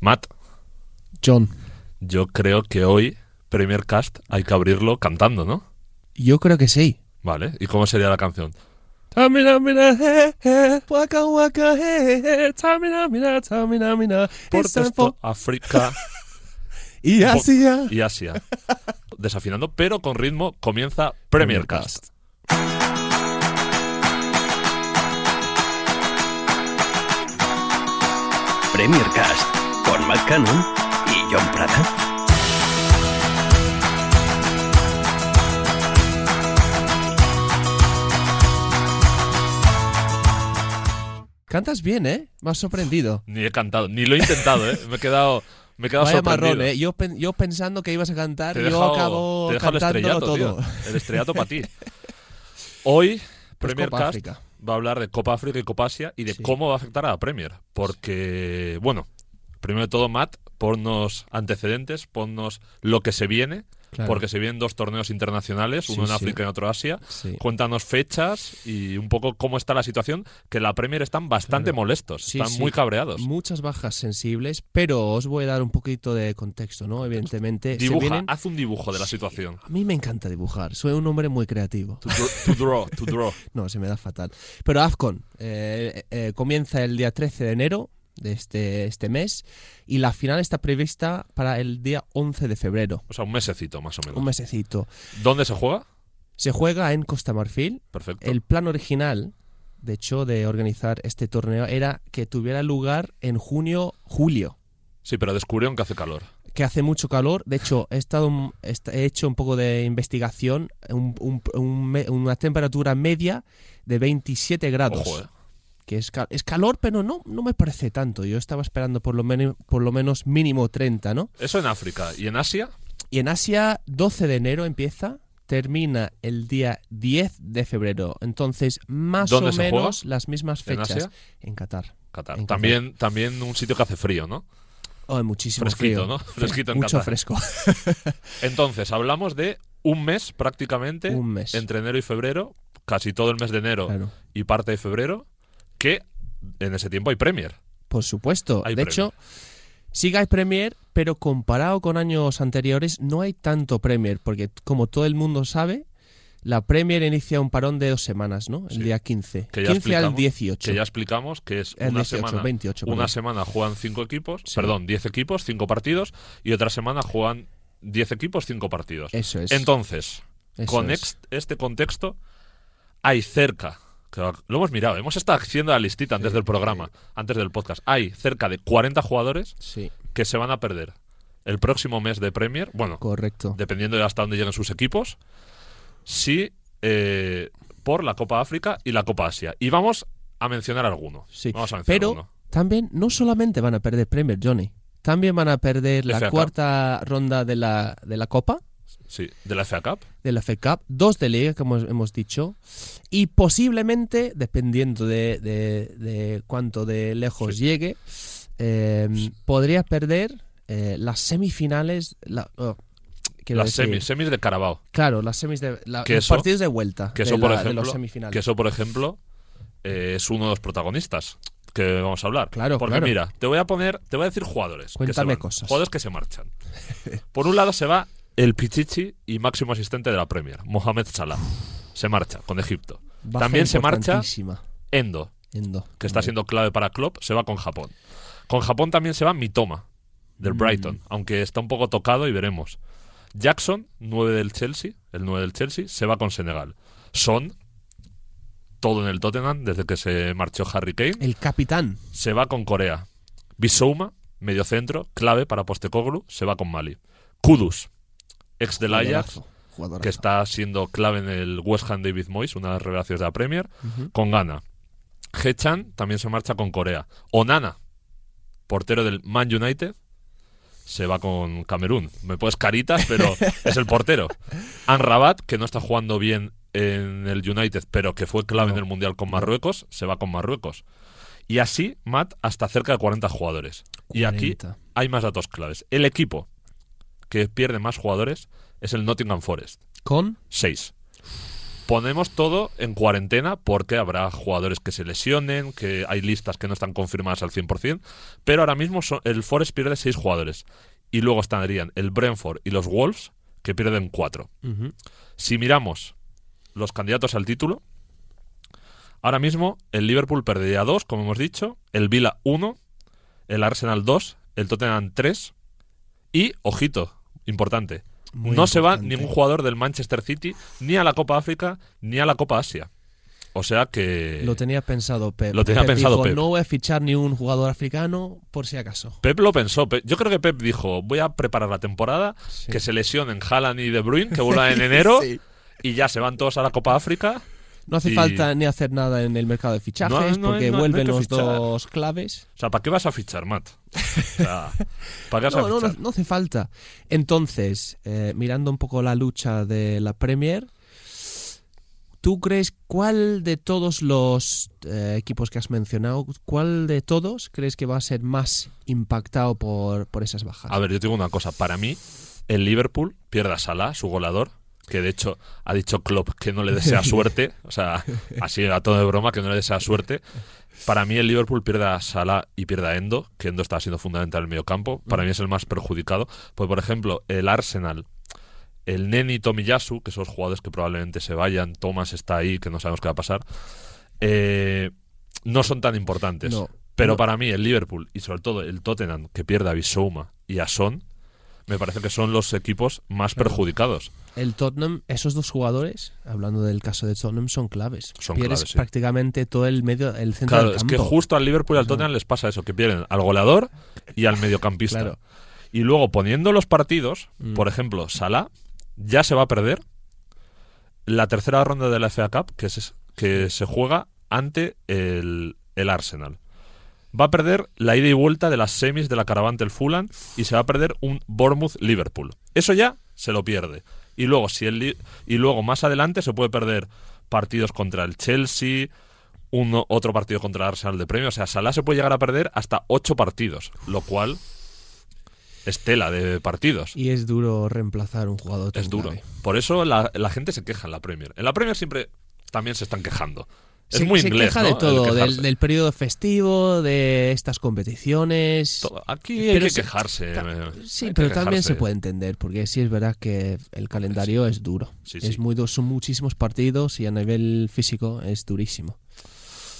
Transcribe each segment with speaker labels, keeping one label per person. Speaker 1: Matt,
Speaker 2: John,
Speaker 1: yo creo que hoy Premier Cast hay que abrirlo cantando, ¿no?
Speaker 2: yo creo que sí.
Speaker 1: Vale, ¿y cómo sería la canción? Tamina, mina, eh, eh, waka, waka, eh, eh, tamina, mina, tamina, mina,
Speaker 2: Por
Speaker 1: it's time
Speaker 2: esto-
Speaker 1: for África
Speaker 2: Y
Speaker 1: Bo-
Speaker 2: así ya.
Speaker 1: y Asia. Desafinando, pero con ritmo, comienza Premier Cast.
Speaker 3: Premier Cast con Matt Cannon y John Prada.
Speaker 2: Cantas bien, ¿eh? Me has sorprendido.
Speaker 1: Ni he cantado, ni lo he intentado, ¿eh? Me he quedado, me he quedado
Speaker 2: Vaya
Speaker 1: sorprendido.
Speaker 2: marrón, ¿eh? Yo, pen- yo pensando que ibas a cantar,
Speaker 1: Te he
Speaker 2: yo
Speaker 1: dejado,
Speaker 2: acabo
Speaker 1: te he dejado el
Speaker 2: cantándolo
Speaker 1: estrellato,
Speaker 2: todo.
Speaker 1: tío. El estrellato para ti. Hoy,
Speaker 2: Pues
Speaker 1: Premier
Speaker 2: Copa
Speaker 1: Cast
Speaker 2: África.
Speaker 1: va a hablar de Copa África y Copa Asia y de
Speaker 2: Sí.
Speaker 1: cómo va a afectar a la Premier. Porque, bueno, primero de todo, Matt, ponnos antecedentes, ponnos lo que se viene,
Speaker 2: Claro.
Speaker 1: porque se vienen dos torneos internacionales, uno
Speaker 2: Sí,
Speaker 1: en
Speaker 2: sí.
Speaker 1: África y otro en Asia.
Speaker 2: Sí.
Speaker 1: Cuéntanos fechas y un poco cómo está la situación, que la Premier están bastante
Speaker 2: Claro.
Speaker 1: molestos,
Speaker 2: Sí,
Speaker 1: están
Speaker 2: sí.
Speaker 1: muy cabreados.
Speaker 2: Muchas bajas sensibles, pero os voy a dar un poquito de contexto, ¿no? Evidentemente. se
Speaker 1: Dibuja,
Speaker 2: vienen-
Speaker 1: haz un dibujo de la situación.
Speaker 2: A mí me encanta dibujar, soy un hombre muy creativo.
Speaker 1: To, dr- to draw, to draw.
Speaker 2: No, se me da fatal. Pero AFCON eh, eh, comienza el día 13 de enero de este, este mes y la final está prevista para el día 11 de febrero,
Speaker 1: O sea, un mesecito más o menos.
Speaker 2: un mesecito.
Speaker 1: ¿Dónde se juega?
Speaker 2: Se juega en Costa Marfil.
Speaker 1: Perfecto.
Speaker 2: El plan original, de hecho, de organizar este torneo era que tuviera lugar en junio, julio,
Speaker 1: Sí, pero descubrieron que hace calor.
Speaker 2: que hace mucho calor. De hecho, he, estado, un- est- he hecho un poco de investigación, un- un- un me- una temperatura media de 27 grados.
Speaker 1: Ojo, eh.
Speaker 2: que es, cal- es calor, pero no, no me parece tanto. Yo estaba esperando por lo, menos por lo menos mínimo 30, ¿no?
Speaker 1: Eso en África. ¿Y en Asia?
Speaker 2: Y en Asia, 12 de enero empieza, termina el día 10 de febrero. Entonces, más
Speaker 1: ¿Dónde
Speaker 2: o
Speaker 1: se juega?
Speaker 2: menos las mismas
Speaker 1: ¿En
Speaker 2: fechas.
Speaker 1: Asia?
Speaker 2: En Qatar.
Speaker 1: Qatar.
Speaker 2: En Qatar.
Speaker 1: También, también un sitio que hace frío, ¿no?
Speaker 2: Oh, hay muchísimo
Speaker 1: Fresquito,
Speaker 2: frío.
Speaker 1: ¿no?
Speaker 2: Fre-
Speaker 1: Fresquito en
Speaker 2: Mucho
Speaker 1: Qatar.
Speaker 2: fresco.
Speaker 1: Entonces, hablamos de un mes prácticamente
Speaker 2: Un mes.
Speaker 1: entre enero y febrero, casi todo el mes de enero
Speaker 2: Claro.
Speaker 1: y parte de febrero, que en ese tiempo hay Premier.
Speaker 2: Por supuesto.
Speaker 1: Hay
Speaker 2: de
Speaker 1: Premier.
Speaker 2: hecho, sí que hay Premier, pero comparado con años anteriores, no hay tanto Premier, porque como todo el mundo sabe, la Premier inicia un parón de dos semanas, ¿no? El
Speaker 1: Sí.
Speaker 2: día 15.
Speaker 1: Que ya
Speaker 2: 15 al
Speaker 1: explicamos-
Speaker 2: 18.
Speaker 1: Que ya explicamos que es
Speaker 2: El
Speaker 1: una
Speaker 2: 18,
Speaker 1: semana.
Speaker 2: 28,
Speaker 1: una
Speaker 2: perdón.
Speaker 1: semana juegan cinco equipos,
Speaker 2: Sí.
Speaker 1: perdón, 10 equipos, cinco partidos, y otra semana juegan 10 equipos, cinco partidos.
Speaker 2: Eso es.
Speaker 1: Entonces,
Speaker 2: Eso
Speaker 1: con
Speaker 2: es.
Speaker 1: ex- este contexto, hay cerca, que lo hemos mirado, hemos estado haciendo la listita antes del programa, antes del podcast, hay cerca de 40 jugadores
Speaker 2: Sí,
Speaker 1: que se van a perder el próximo mes de Premier, bueno,
Speaker 2: correcto.
Speaker 1: dependiendo de hasta dónde lleguen sus equipos, sí, eh, por la Copa África y la Copa Asia. Y vamos a mencionar alguno.
Speaker 2: Sí.
Speaker 1: Vamos a mencionar
Speaker 2: Pero
Speaker 1: alguno.
Speaker 2: también no solamente van a perder Premier, Johnny. También van a perder la
Speaker 1: FA Cup.
Speaker 2: cuarta ronda de la, de la Copa,
Speaker 1: Sí, de la FA Cup.
Speaker 2: de la FA Cup, dos de Liga, como hemos dicho, y posiblemente, dependiendo de, de- de cuánto de lejos llegue, eh, podría perder eh, las semifinales. La, oh, quiero
Speaker 1: Las
Speaker 2: decir,
Speaker 1: semis, semis de Carabao.
Speaker 2: Claro, las semis de la-
Speaker 1: Que
Speaker 2: los
Speaker 1: eso-
Speaker 2: partidos de vuelta
Speaker 1: Que
Speaker 2: de,
Speaker 1: eso, por
Speaker 2: la- de
Speaker 1: ejemplo,
Speaker 2: los semifinales.
Speaker 1: que eso, por ejemplo eh, es uno de los protagonistas que vamos a hablar.
Speaker 2: Claro,
Speaker 1: Porque
Speaker 2: claro.
Speaker 1: mira, te voy a poner, te voy a decir jugadores. que se
Speaker 2: Cuéntame
Speaker 1: van,
Speaker 2: cosas.
Speaker 1: Jugadores que se marchan. Por un lado se va el Pichichi y máximo asistente de la Premier, Mohamed Salah. Se marcha con Egipto.
Speaker 2: Baja
Speaker 1: También se marcha
Speaker 2: importantísima.
Speaker 1: Endo,
Speaker 2: Endo.
Speaker 1: que está
Speaker 2: Vale.
Speaker 1: siendo clave para Klopp, se va con Japón. Con Japón también se va Mitoma, del Brighton, aunque está un poco tocado y veremos. Jackson, 9 del Chelsea, el 9 del Chelsea, se va con Senegal. Son, todo en el Tottenham, desde que se marchó Harry Kane,
Speaker 2: El capitán.
Speaker 1: se va con Corea. Bisouma, mediocentro, clave para Postecoglou, se va con Mali. Kudus, ex del Ajax,
Speaker 2: Jugadorazo, jugadorazo.
Speaker 1: que está siendo clave en el West Ham David Moyes, una de las revelaciones de la Premier, con Ghana. Hechan también se marcha con Corea. Onana, portero del Man United, se va con Camerún. Me puedes caritas, pero es el portero. Anrabat, que no está jugando bien en el United, pero que fue clave en el Mundial con Marruecos, se va con Marruecos. Y así, Matt, hasta cerca de 40 jugadores. Y aquí
Speaker 2: 40.
Speaker 1: hay más datos claves. El equipo que pierde más jugadores es el Nottingham Forest.
Speaker 2: Con
Speaker 1: 6. Ponemos todo en cuarentena porque habrá jugadores que se lesionen, que hay listas que no están confirmadas al 100%, pero ahora mismo so- el Forest pierde 6 jugadores. Y luego estarían el Brentford y los Wolves, que pierden 4. Si miramos los candidatos al título, ahora mismo el Liverpool perdería 2, como hemos dicho, el Vila 1, el Arsenal 2, el Tottenham 3 y, ojito, importante,
Speaker 2: Muy
Speaker 1: no se va
Speaker 2: importante.
Speaker 1: ningún jugador del Manchester City ni a la Copa África ni a la Copa Asia. O sea que
Speaker 2: Lo tenía pensado Pep.
Speaker 1: Eh, Lo tenía
Speaker 2: Pep
Speaker 1: pensado
Speaker 2: dijo,
Speaker 1: Pep.
Speaker 2: No voy a fichar ni un jugador africano por si acaso.
Speaker 1: Pep lo pensó. Pe- Yo creo que Pep dijo, voy a preparar la temporada,
Speaker 2: Sí.
Speaker 1: que se lesionen Haaland y De Bruyne, que vuelan en enero
Speaker 2: Sí.
Speaker 1: y ya se van todos a la Copa África.
Speaker 2: No hace
Speaker 1: Y-
Speaker 2: falta ni hacer nada en el mercado de fichajes
Speaker 1: No, no,
Speaker 2: porque
Speaker 1: no, no hay
Speaker 2: vuelven
Speaker 1: que
Speaker 2: los
Speaker 1: fichar.
Speaker 2: dos claves.
Speaker 1: O sea, ¿para qué vas a fichar, Matt? O sea, ¿para qué vas
Speaker 2: No,
Speaker 1: a
Speaker 2: no,
Speaker 1: fichar?
Speaker 2: no, no hace falta. Entonces, eh, mirando un poco la lucha de la Premier, ¿tú crees cuál de todos los eh, equipos que has mencionado, cuál de todos crees que va a ser más impactado por, por esas bajas?
Speaker 1: A ver, yo te digo una cosa. Para mí, el Liverpool pierde a Salah, su goleador, que de hecho ha dicho Klopp que no le desea suerte. O sea, así a todo de broma, que no le desea suerte. Para mí, el Liverpool pierde a Salah y pierde a Endo, que Endo está siendo fundamental en el medio campo. Para mí es el más perjudicado. Pues, por ejemplo, el Arsenal. El Neni Tomiyasu, que son los jugadores que probablemente se vayan, Thomas está ahí, que no sabemos qué va a pasar, eh, no son tan importantes.
Speaker 2: No,
Speaker 1: Pero
Speaker 2: no.
Speaker 1: para mí, el Liverpool y sobre todo el Tottenham, que pierde a Bissouma y a Son, me parece que son los equipos más perjudicados.
Speaker 2: El Tottenham, esos dos jugadores, hablando del caso de Tottenham, son claves.
Speaker 1: Son
Speaker 2: Pierdes
Speaker 1: claves, sí.
Speaker 2: prácticamente todo el medio, el centro
Speaker 1: Claro,
Speaker 2: del
Speaker 1: es
Speaker 2: campo.
Speaker 1: que justo al Liverpool y al Tottenham les pasa eso, que pierden al goleador y al mediocampista.
Speaker 2: Claro. Mm.
Speaker 1: Y luego poniendo los partidos, por ejemplo, Salah ya se va a perder la tercera ronda de la FA Cup que se, que se juega ante el, el Arsenal. Va a perder la ida y vuelta de las semis de la caravana del Fulham y se va a perder un Bournemouth-Liverpool. Eso ya se lo pierde. Y luego, si el, Li- y luego más adelante se puede perder partidos contra el Chelsea, uno, otro partido contra el Arsenal de premio. O sea, Salah se puede llegar a perder hasta ocho partidos, lo cual es tela de partidos.
Speaker 2: Y es duro reemplazar un jugador tan
Speaker 1: Es duro.
Speaker 2: clave.
Speaker 1: Por eso la, la gente se queja en la Premier. En la Premier siempre también se están quejando. Es
Speaker 2: se,
Speaker 1: muy
Speaker 2: se
Speaker 1: inglés.
Speaker 2: queja
Speaker 1: ¿no?
Speaker 2: de
Speaker 1: El
Speaker 2: todo, del,
Speaker 1: quejarse.
Speaker 2: del periodo festivo, de estas competiciones.
Speaker 1: Todo. Aquí hay
Speaker 2: Pero
Speaker 1: que
Speaker 2: se-
Speaker 1: quejarse.
Speaker 2: Ta-
Speaker 1: eh,
Speaker 2: Sí,
Speaker 1: hay que
Speaker 2: pero también
Speaker 1: quejarse.
Speaker 2: se puede entender, porque sí es verdad que el calendario es duro.
Speaker 1: Sí,
Speaker 2: Es
Speaker 1: sí.
Speaker 2: muy duro, son muchísimos partidos y a nivel físico es durísimo.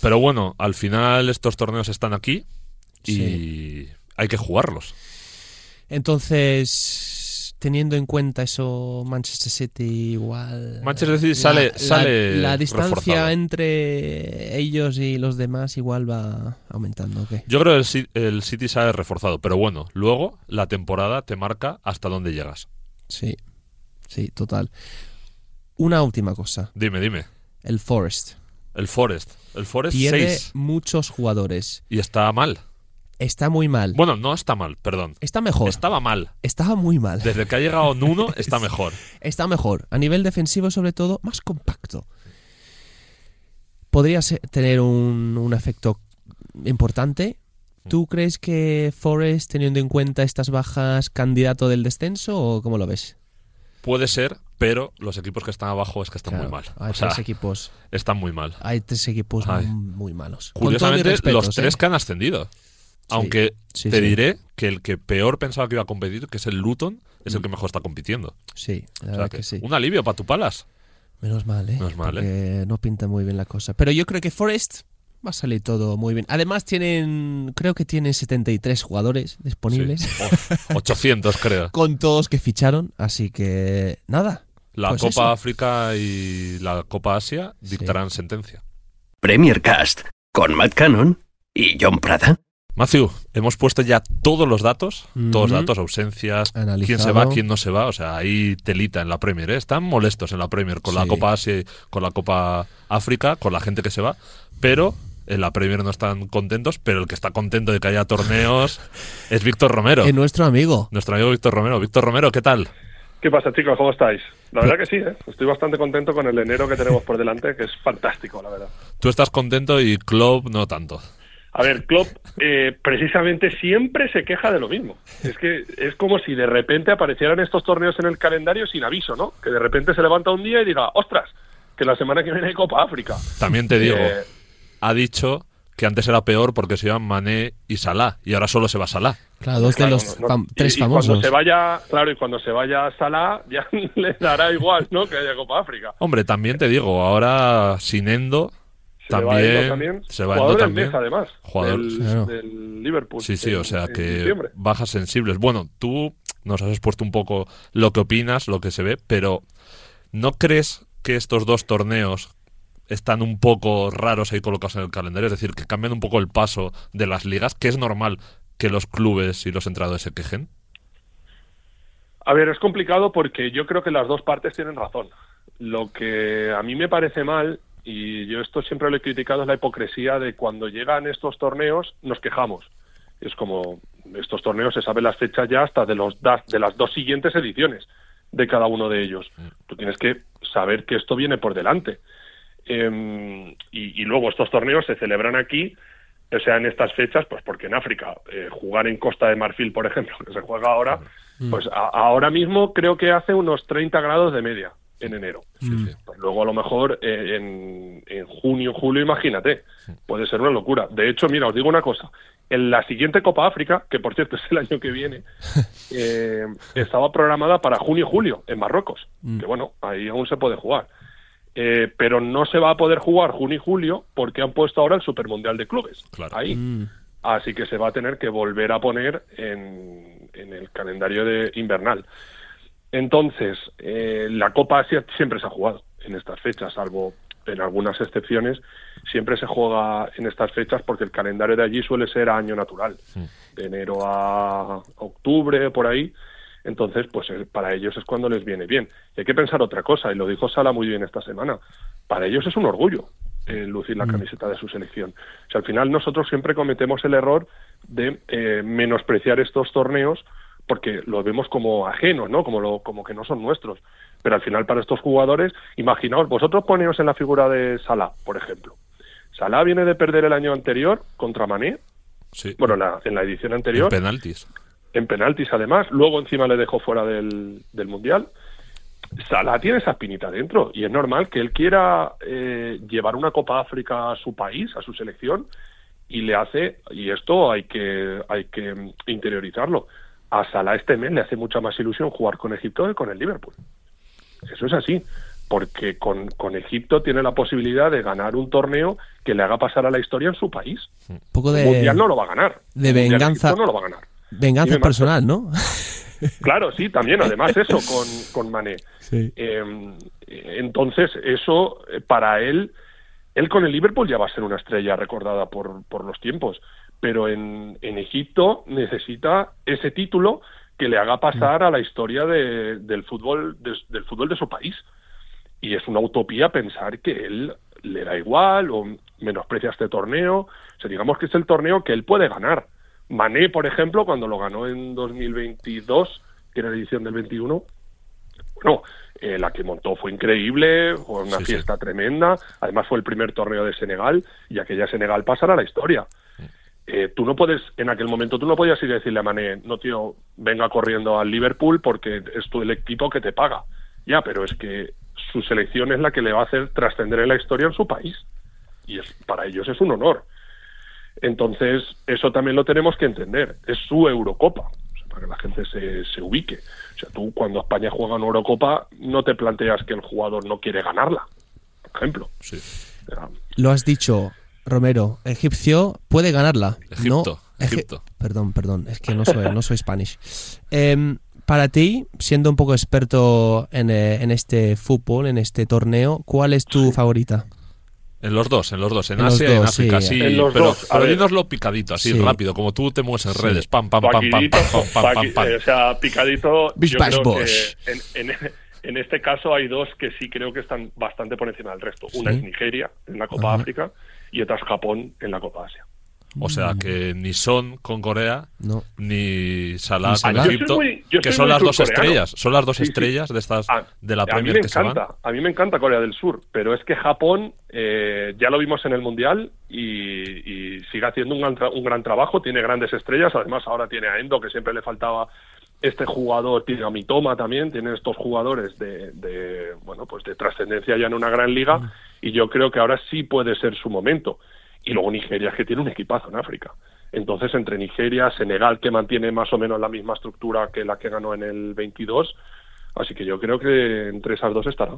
Speaker 1: Pero bueno, al final estos torneos están aquí y hay que jugarlos.
Speaker 2: Entonces, teniendo en cuenta eso, Manchester City igual.
Speaker 1: Manchester City sale- sale
Speaker 2: La, distancia
Speaker 1: reforzado.
Speaker 2: entre ellos y los demás igual va aumentando. ¿o qué?
Speaker 1: Yo creo que el, Ci- el City sale reforzado, pero bueno, luego la temporada te marca hasta dónde llegas.
Speaker 2: Sí, sí, total. Una última cosa:
Speaker 1: Dime, dime.
Speaker 2: el Forest.
Speaker 1: El Forest. El Forest
Speaker 2: Pierde
Speaker 1: 6.
Speaker 2: muchos jugadores.
Speaker 1: Y está mal.
Speaker 2: Está muy mal.
Speaker 1: Bueno, no está mal, perdón.
Speaker 2: Está mejor.
Speaker 1: Estaba mal.
Speaker 2: Estaba muy mal.
Speaker 1: Desde que ha llegado Nuno está mejor.
Speaker 2: Está mejor. A nivel defensivo, sobre todo, más compacto. Podría ser- tener un, un efecto importante. ¿Tú crees que Forest, teniendo en cuenta estas bajas, candidato del descenso o cómo lo ves?
Speaker 1: Puede ser, pero los equipos que están abajo es que están muy mal.
Speaker 2: Claro, Ah, Hay
Speaker 1: O sea,
Speaker 2: tres equipos,
Speaker 1: están muy mal.
Speaker 2: hay tres equipos
Speaker 1: Ay.
Speaker 2: muy malos. Con todo mi
Speaker 1: Curiosamente,
Speaker 2: respeto,
Speaker 1: los
Speaker 2: ¿eh?
Speaker 1: tres que han ascendido. Aunque
Speaker 2: sí,
Speaker 1: te
Speaker 2: sí.
Speaker 1: diré que el que peor pensaba que iba a competir, que es el Luton, es el que mejor está compitiendo.
Speaker 2: Sí, Mm. la
Speaker 1: O sea
Speaker 2: verdad
Speaker 1: que
Speaker 2: que sí.
Speaker 1: Un alivio para tu palas.
Speaker 2: Menos mal, ¿eh?
Speaker 1: Menos mal,
Speaker 2: Porque no pinta muy bien la cosa. Pero yo creo que Forest va a salir todo muy bien. Además tienen, creo que tienen 73 jugadores disponibles.
Speaker 1: Sí. O- 800, creo.
Speaker 2: Con todos que ficharon, así que nada.
Speaker 1: La
Speaker 2: Pues
Speaker 1: Copa
Speaker 2: eso.
Speaker 1: África y la Copa Asia dictarán sentencia.
Speaker 3: Premier Cast con Matt Cannon y John Prada.
Speaker 1: Matthew, hemos puesto ya todos los datos, todos los
Speaker 2: Ujú.
Speaker 1: datos, ausencias, quién
Speaker 2: Analizado.
Speaker 1: se va, quién no se va, o sea, ahí telita en la Premier, ¿eh? están molestos en la Premier con la
Speaker 2: Sí.
Speaker 1: Copa Asia, y con la Copa África, con la gente que se va, pero en la Premier no están contentos, pero el que está contento de que haya torneos es Víctor Romero,
Speaker 2: Es nuestro amigo.
Speaker 1: nuestro amigo Víctor Romero. Víctor Romero, ¿qué tal?
Speaker 4: ¿Qué pasa, chicos? ¿Cómo estáis? La verdad que sí, ¿eh? Estoy bastante contento con el enero que tenemos por delante, que es fantástico, la verdad.
Speaker 1: Tú estás contento y Klopp no tanto.
Speaker 4: A ver, Klopp eh, precisamente siempre se queja de lo mismo. Es que es como si de repente aparecieran estos torneos en el calendario sin aviso, ¿no? Que de repente se levanta un día y diga, ostras, que la semana que viene hay Copa África.
Speaker 1: También te digo,
Speaker 4: Eh,
Speaker 1: ha dicho que antes era peor porque se iban Mané y Salah, y ahora solo se va Salah.
Speaker 2: Claro, dos
Speaker 4: claro,
Speaker 2: de los
Speaker 4: no, no.
Speaker 2: fam-
Speaker 4: Y-
Speaker 2: tres
Speaker 4: y
Speaker 2: famosos.
Speaker 4: Cuando se vaya, claro, y cuando se vaya Salah, ya le dará igual, ¿no? Que haya Copa África.
Speaker 1: Hombre, también te digo, ahora sin Endo
Speaker 4: Se le va a
Speaker 1: también,
Speaker 4: Endo también.
Speaker 1: se va
Speaker 4: Jugador
Speaker 1: Endo
Speaker 4: del
Speaker 1: también.
Speaker 4: Beja, además.
Speaker 1: Jugador.
Speaker 4: Del,
Speaker 2: Claro.
Speaker 4: del Liverpool.
Speaker 1: Sí, sí,
Speaker 4: en-
Speaker 1: o sea
Speaker 4: en
Speaker 1: que
Speaker 4: diciembre.
Speaker 1: bajas sensibles. Bueno, tú nos has expuesto un poco lo que opinas, lo que se ve, pero ¿no crees que estos dos torneos están un poco raros ahí colocados en el calendario? Es decir, que cambian un poco el paso de las ligas, que es normal que los clubes y los entrenadores se quejen.
Speaker 4: A ver, es complicado porque yo creo que las dos partes tienen razón. Lo que a mí me parece mal, y yo esto siempre lo he criticado, es la hipocresía de cuando llegan estos torneos nos quejamos. Es como estos torneos se saben las fechas ya hasta de, los, das- de las dos siguientes ediciones de cada uno de ellos. Tú tienes que saber que esto viene por delante. Eh, y, y luego estos torneos se celebran aquí, o sea, en estas fechas, pues porque en África, eh, jugar en Costa de Marfil, por ejemplo, que se juega ahora, pues a- ahora mismo creo que hace unos 30 grados de media en enero. Pues luego a lo mejor eh, en, en junio, julio, imagínate, puede ser una locura. De hecho, mira, os digo una cosa, en la siguiente Copa África, que por cierto es el año que viene, eh, estaba programada para junio, julio, en Marruecos, que bueno, ahí aún se puede jugar. Eh, pero no se va a poder jugar junio y julio porque han puesto ahora el Supermundial de Clubes.
Speaker 1: Claro.
Speaker 4: Ahí.
Speaker 2: Mm,
Speaker 4: Así que se va a tener que volver a poner en, en el calendario de invernal. Entonces, eh, la Copa Asia siempre se ha jugado en estas fechas, salvo en algunas excepciones, siempre se juega en estas fechas porque el calendario de allí suele ser a año natural, de enero a octubre, por ahí. Entonces, pues eh, para ellos es cuando les viene bien. Y hay que pensar otra cosa, y lo dijo Sala muy bien esta semana, para ellos es un orgullo eh, lucir la camiseta de su selección. O sea, al final nosotros siempre cometemos el error de eh, menospreciar estos torneos porque los vemos como ajenos, ¿no? Como, lo, como que no son nuestros. Pero al final para estos jugadores, imaginaos, vosotros poneos en la figura de Salah, por ejemplo. Salah viene de perder el año anterior contra Mané,
Speaker 1: Sí.
Speaker 4: bueno, la- en la edición
Speaker 1: En
Speaker 4: anterior,
Speaker 1: penaltis.
Speaker 4: en penaltis además, luego encima le dejó fuera del, del Mundial. Salah tiene esa espinita dentro y es normal que él quiera eh, llevar una Copa África a su país, a su selección, y le hace, y esto hay que, hay que mm, interiorizarlo, a Salah este mes le hace mucha más ilusión jugar con Egipto que con el Liverpool. Eso es así, porque con, con Egipto tiene la posibilidad de ganar un torneo que le haga pasar a la historia en su país.
Speaker 2: Un poco de,
Speaker 4: Mundial no lo va a ganar.
Speaker 2: de
Speaker 4: El Mundial
Speaker 2: venganza.
Speaker 4: Egipto no lo va a ganar.
Speaker 2: venganza
Speaker 4: Dime, Marco.
Speaker 2: personal, ¿no?
Speaker 4: Claro, sí, también, además eso con, con Mané.
Speaker 2: sí.
Speaker 4: Eh, entonces, eso eh, para él, él con el Liverpool ya va a ser una estrella recordada por, por los tiempos, pero en, en Egipto necesita ese título que le haga pasar a la historia de- del, fútbol, de- del fútbol de su país. Y es una utopía pensar que él le da igual o menosprecia este torneo. O sea, digamos que es el torneo que él puede ganar. Mané, por ejemplo, cuando lo ganó en 2022, que era la edición del 21, bueno, eh, la que montó fue increíble, fue una
Speaker 1: Sí, sí.
Speaker 4: fiesta tremenda. Además, fue el primer torneo de Senegal y aquella Senegal pasará a la historia. Eh, tú no puedes, en aquel momento, tú no podías ir a decirle a Mané, no tío, venga corriendo al Liverpool porque es tu el equipo que te paga. Ya, pero es que su selección es la que le va a hacer trascender en la historia en su país. Y es, para ellos es un honor. Entonces, eso también lo tenemos que entender. Es su Eurocopa, o sea, para que la gente se, se ubique. O sea, tú cuando España juega una Eurocopa, no te planteas que el jugador no quiere ganarla, por ejemplo.
Speaker 1: Sí.
Speaker 4: O sea,
Speaker 2: Lo has dicho, Romero. Egipcio puede ganarla.
Speaker 1: Egipto,
Speaker 2: No, Ege-
Speaker 1: Egipto.
Speaker 2: Perdón, perdón. Es que no soy, no soy Spanish. Em, para ti, siendo un poco experto en, eh, en este fútbol, en este torneo, ¿cuál es tu favorita?
Speaker 1: En los dos, en los dos. En,
Speaker 2: En los
Speaker 1: Asia y en
Speaker 2: dos,
Speaker 1: África,
Speaker 2: sí.
Speaker 1: sí.
Speaker 4: En los
Speaker 1: pero
Speaker 4: dos, a
Speaker 1: pero
Speaker 4: ver.
Speaker 1: dinoslo picadito, así
Speaker 2: Sí.
Speaker 1: rápido, como tú te mueves en redes. Pam, pam, pam, pam,
Speaker 4: Paquidito,
Speaker 1: pam, pam, pam, pam,
Speaker 4: paqui-
Speaker 1: pam.
Speaker 4: eh, O sea, picadito.
Speaker 2: Bish,
Speaker 4: yo
Speaker 2: bash,
Speaker 4: creo
Speaker 2: bosh.
Speaker 4: que en, en- en este caso hay dos que sí creo que están bastante por encima del resto. Una
Speaker 2: Sí.
Speaker 4: es Nigeria en la Copa África y otra es Japón en la Copa Asia.
Speaker 1: O sea
Speaker 2: Mm.
Speaker 1: que ni Son con Corea,
Speaker 2: No.
Speaker 1: ni Salah
Speaker 2: Ni
Speaker 1: con
Speaker 2: Salah.
Speaker 1: Egipto,
Speaker 4: Yo soy muy- yo
Speaker 1: que
Speaker 4: soy
Speaker 1: son
Speaker 4: muy
Speaker 1: las dos
Speaker 4: surcoreano.
Speaker 1: estrellas, son las dos
Speaker 4: Sí, sí.
Speaker 1: estrellas de estas
Speaker 4: A-
Speaker 1: de la
Speaker 4: Ah, a mí
Speaker 1: Premier
Speaker 4: me
Speaker 1: que se
Speaker 4: encanta,
Speaker 1: van.
Speaker 4: a mí me encanta Corea del Sur, pero es que Japón eh, ya lo vimos en el mundial y, y sigue haciendo un gran, tra- un gran trabajo, tiene grandes estrellas, además ahora tiene a Endo que siempre le faltaba este jugador tiene a Mitoma también, tienen estos jugadores de, de bueno pues de trascendencia ya en una gran
Speaker 1: Mm.
Speaker 4: liga y yo creo que ahora sí puede ser su momento. Y luego Nigeria es que tiene un equipazo en África. Entonces entre Nigeria, Senegal que mantiene más o menos la misma estructura que la que ganó en el 22, así que yo creo que entre esas dos estará.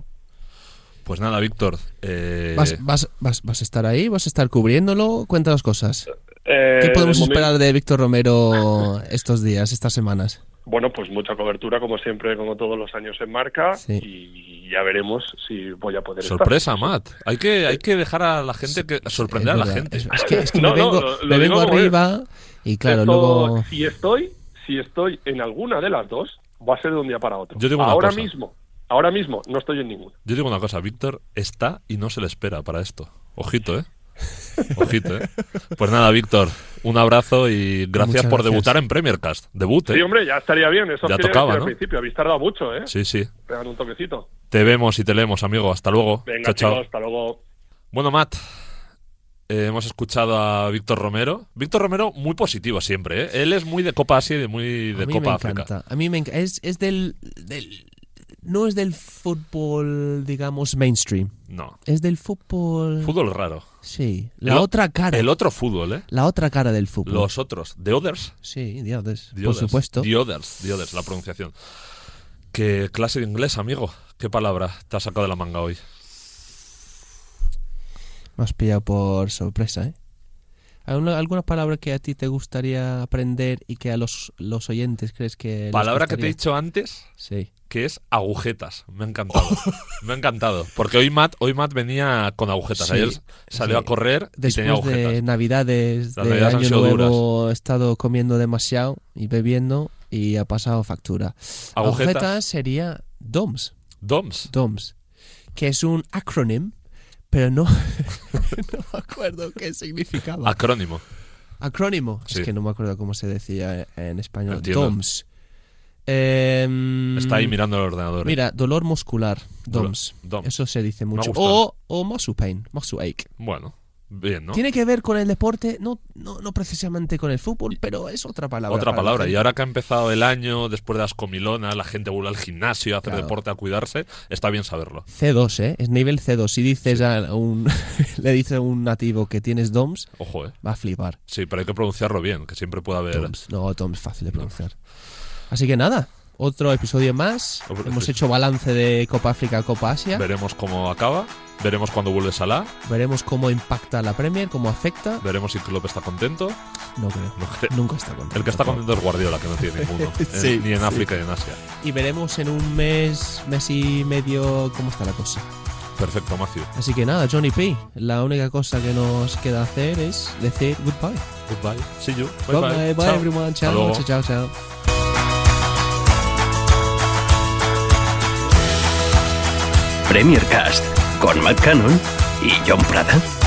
Speaker 1: Pues nada, Víctor. eh,
Speaker 2: ¿Vas, vas, vas, vas a estar ahí? ¿Vas a estar cubriéndolo? Cuenta las cosas.
Speaker 4: Eh,
Speaker 2: ¿Qué podemos
Speaker 4: de momento-
Speaker 2: esperar de Víctor Romero estos días, estas semanas?
Speaker 4: Bueno, pues mucha cobertura como siempre, como todos los años en marca
Speaker 2: Sí.
Speaker 4: y ya veremos si voy a poder estar.
Speaker 1: Sorpresa, Matt. Hay que, hay que dejar a la gente que sorprender a
Speaker 2: Es
Speaker 1: la
Speaker 2: verdad,
Speaker 1: gente.
Speaker 2: Es, es que, es que
Speaker 4: No,
Speaker 2: me
Speaker 4: no,
Speaker 2: vengo,
Speaker 4: lo- lo
Speaker 2: me
Speaker 4: digo
Speaker 2: vengo
Speaker 4: como es.
Speaker 2: arriba y claro,
Speaker 4: Esto,
Speaker 2: luego...
Speaker 4: si estoy, si estoy en alguna de las dos, va a ser de un día para otro.
Speaker 1: Yo digo una
Speaker 4: ahora
Speaker 1: cosa.
Speaker 4: mismo, ahora mismo no estoy en ninguna.
Speaker 1: Yo digo una cosa, Víctor está y no se le espera para esto. Ojito, ¿eh? Ojito, ¿eh? Pues nada, Víctor, un abrazo y gracias
Speaker 2: Muchas
Speaker 1: por
Speaker 2: gracias.
Speaker 1: debutar en Premiercast. Debut, ¿eh?
Speaker 4: Sí, hombre, ya estaría bien, eso
Speaker 1: Ya
Speaker 4: quería
Speaker 1: tocaba,
Speaker 4: decir
Speaker 1: ¿no?
Speaker 4: al principio, habéis tardado mucho, ¿eh?
Speaker 1: Sí, sí.
Speaker 4: Pegar un toquecito.
Speaker 1: Te vemos y te leemos, amigo. Hasta luego.
Speaker 4: Venga,
Speaker 1: chao, chao.
Speaker 4: chicos, hasta luego.
Speaker 1: Bueno, Matt, eh, hemos escuchado a Víctor Romero. Víctor Romero muy positivo siempre, ¿eh? Él es muy de Copa Asia y de muy de
Speaker 2: a mí
Speaker 1: Copa
Speaker 2: me
Speaker 1: África.
Speaker 2: encanta. A mí me encanta. Es, es del, del- No es del fútbol, digamos, mainstream.
Speaker 1: No.
Speaker 2: Es del fútbol.
Speaker 1: Fútbol raro.
Speaker 2: Sí. La
Speaker 1: El o-
Speaker 2: otra cara.
Speaker 1: El otro fútbol, ¿eh?
Speaker 2: La otra cara del fútbol.
Speaker 1: Los otros. The Others.
Speaker 2: Sí, Dios, es-
Speaker 1: The
Speaker 2: por
Speaker 1: Others,
Speaker 2: supuesto.
Speaker 1: The Others, The Others, la pronunciación. Qué clase de inglés, amigo. Qué palabra te has sacado de la manga hoy.
Speaker 2: Me has pillado por sorpresa, ¿eh? ¿Hay una- algunas palabras que a ti te gustaría aprender y que a los, los oyentes crees que. les
Speaker 1: Palabra que te he
Speaker 2: gustaría?
Speaker 1: dicho antes,
Speaker 2: Sí.
Speaker 1: que es agujetas. Me ha encantado.
Speaker 2: Oh.
Speaker 1: Me ha encantado. Porque hoy Matt, hoy Matt venía con agujetas.
Speaker 2: Sí,
Speaker 1: Ayer salió
Speaker 2: sí.
Speaker 1: a correr y tenía
Speaker 2: Después
Speaker 1: agujetas.
Speaker 2: de Navidades,
Speaker 1: Las
Speaker 2: de
Speaker 1: Navidades han
Speaker 2: Año
Speaker 1: sido
Speaker 2: Nuevo, he estado comiendo demasiado y bebiendo y ha pasado factura.
Speaker 1: Agujetas.
Speaker 2: sería DOMS.
Speaker 1: Doms.
Speaker 2: DOMS, que es un acrónimo, pero no, no me acuerdo qué significaba.
Speaker 1: Acrónimo.
Speaker 2: acrónimo,
Speaker 1: Sí.
Speaker 2: es que no me acuerdo cómo se decía en español.
Speaker 1: Entiendo.
Speaker 2: DOMS. Em,
Speaker 1: Está ahí mirando el ordenador. ¿eh?
Speaker 2: Mira, dolor muscular,
Speaker 1: Dolor-
Speaker 2: DOMS.
Speaker 1: DOMS.
Speaker 2: Eso se dice
Speaker 1: ha
Speaker 2: mucho.
Speaker 1: gustado.
Speaker 2: O, o muscle pain, muscle ache.
Speaker 1: Bueno, bien, ¿no?
Speaker 2: Tiene que ver con el deporte, no, no, no precisamente con el fútbol, pero es otra palabra.
Speaker 1: Otra
Speaker 2: para
Speaker 1: palabra.
Speaker 2: la
Speaker 1: Y
Speaker 2: gente.
Speaker 1: ahora que ha empezado el año, después de las comilonas, la gente vuelve al gimnasio, a hacer
Speaker 2: Claro.
Speaker 1: deporte, a cuidarse, está bien saberlo.
Speaker 2: C2, ¿eh? Es nivel C2. Si dices a un, le dices a un nativo que tienes DOMS,
Speaker 1: Ojo, ¿eh?
Speaker 2: va a flipar.
Speaker 1: Sí, pero hay que pronunciarlo bien, que siempre puede haber...
Speaker 2: DOMS. No, DOMS, fácil de pronunciar. Así que nada, otro episodio más.
Speaker 1: Otro
Speaker 2: Hemos
Speaker 1: episodio.
Speaker 2: hecho balance de Copa África, Copa Asia.
Speaker 1: Veremos cómo acaba, veremos cuándo vuelve Salah,
Speaker 2: Veremos cómo impacta la Premier, cómo afecta.
Speaker 1: veremos si Klopp está contento.
Speaker 2: No creo.
Speaker 1: No creo.
Speaker 2: Nunca está contento.
Speaker 1: El que está contento es Guardiola, que no tiene ninguno. en-
Speaker 2: Sí,
Speaker 1: ni en
Speaker 2: sí.
Speaker 1: África ni en Asia.
Speaker 2: Y veremos en un mes, mes y medio, cómo está la cosa.
Speaker 1: Perfecto, Matthew.
Speaker 2: Así que nada, Johnny P, la única cosa que nos queda hacer es decir goodbye.
Speaker 1: Goodbye. See you. Bye
Speaker 2: Bye
Speaker 1: bye.
Speaker 2: bye, bye,
Speaker 1: Chao.
Speaker 2: everyone.
Speaker 1: Hasta luego.
Speaker 2: Chao, chao, chao, chao.
Speaker 3: Premier Cast con Matt Cannon y John Prada.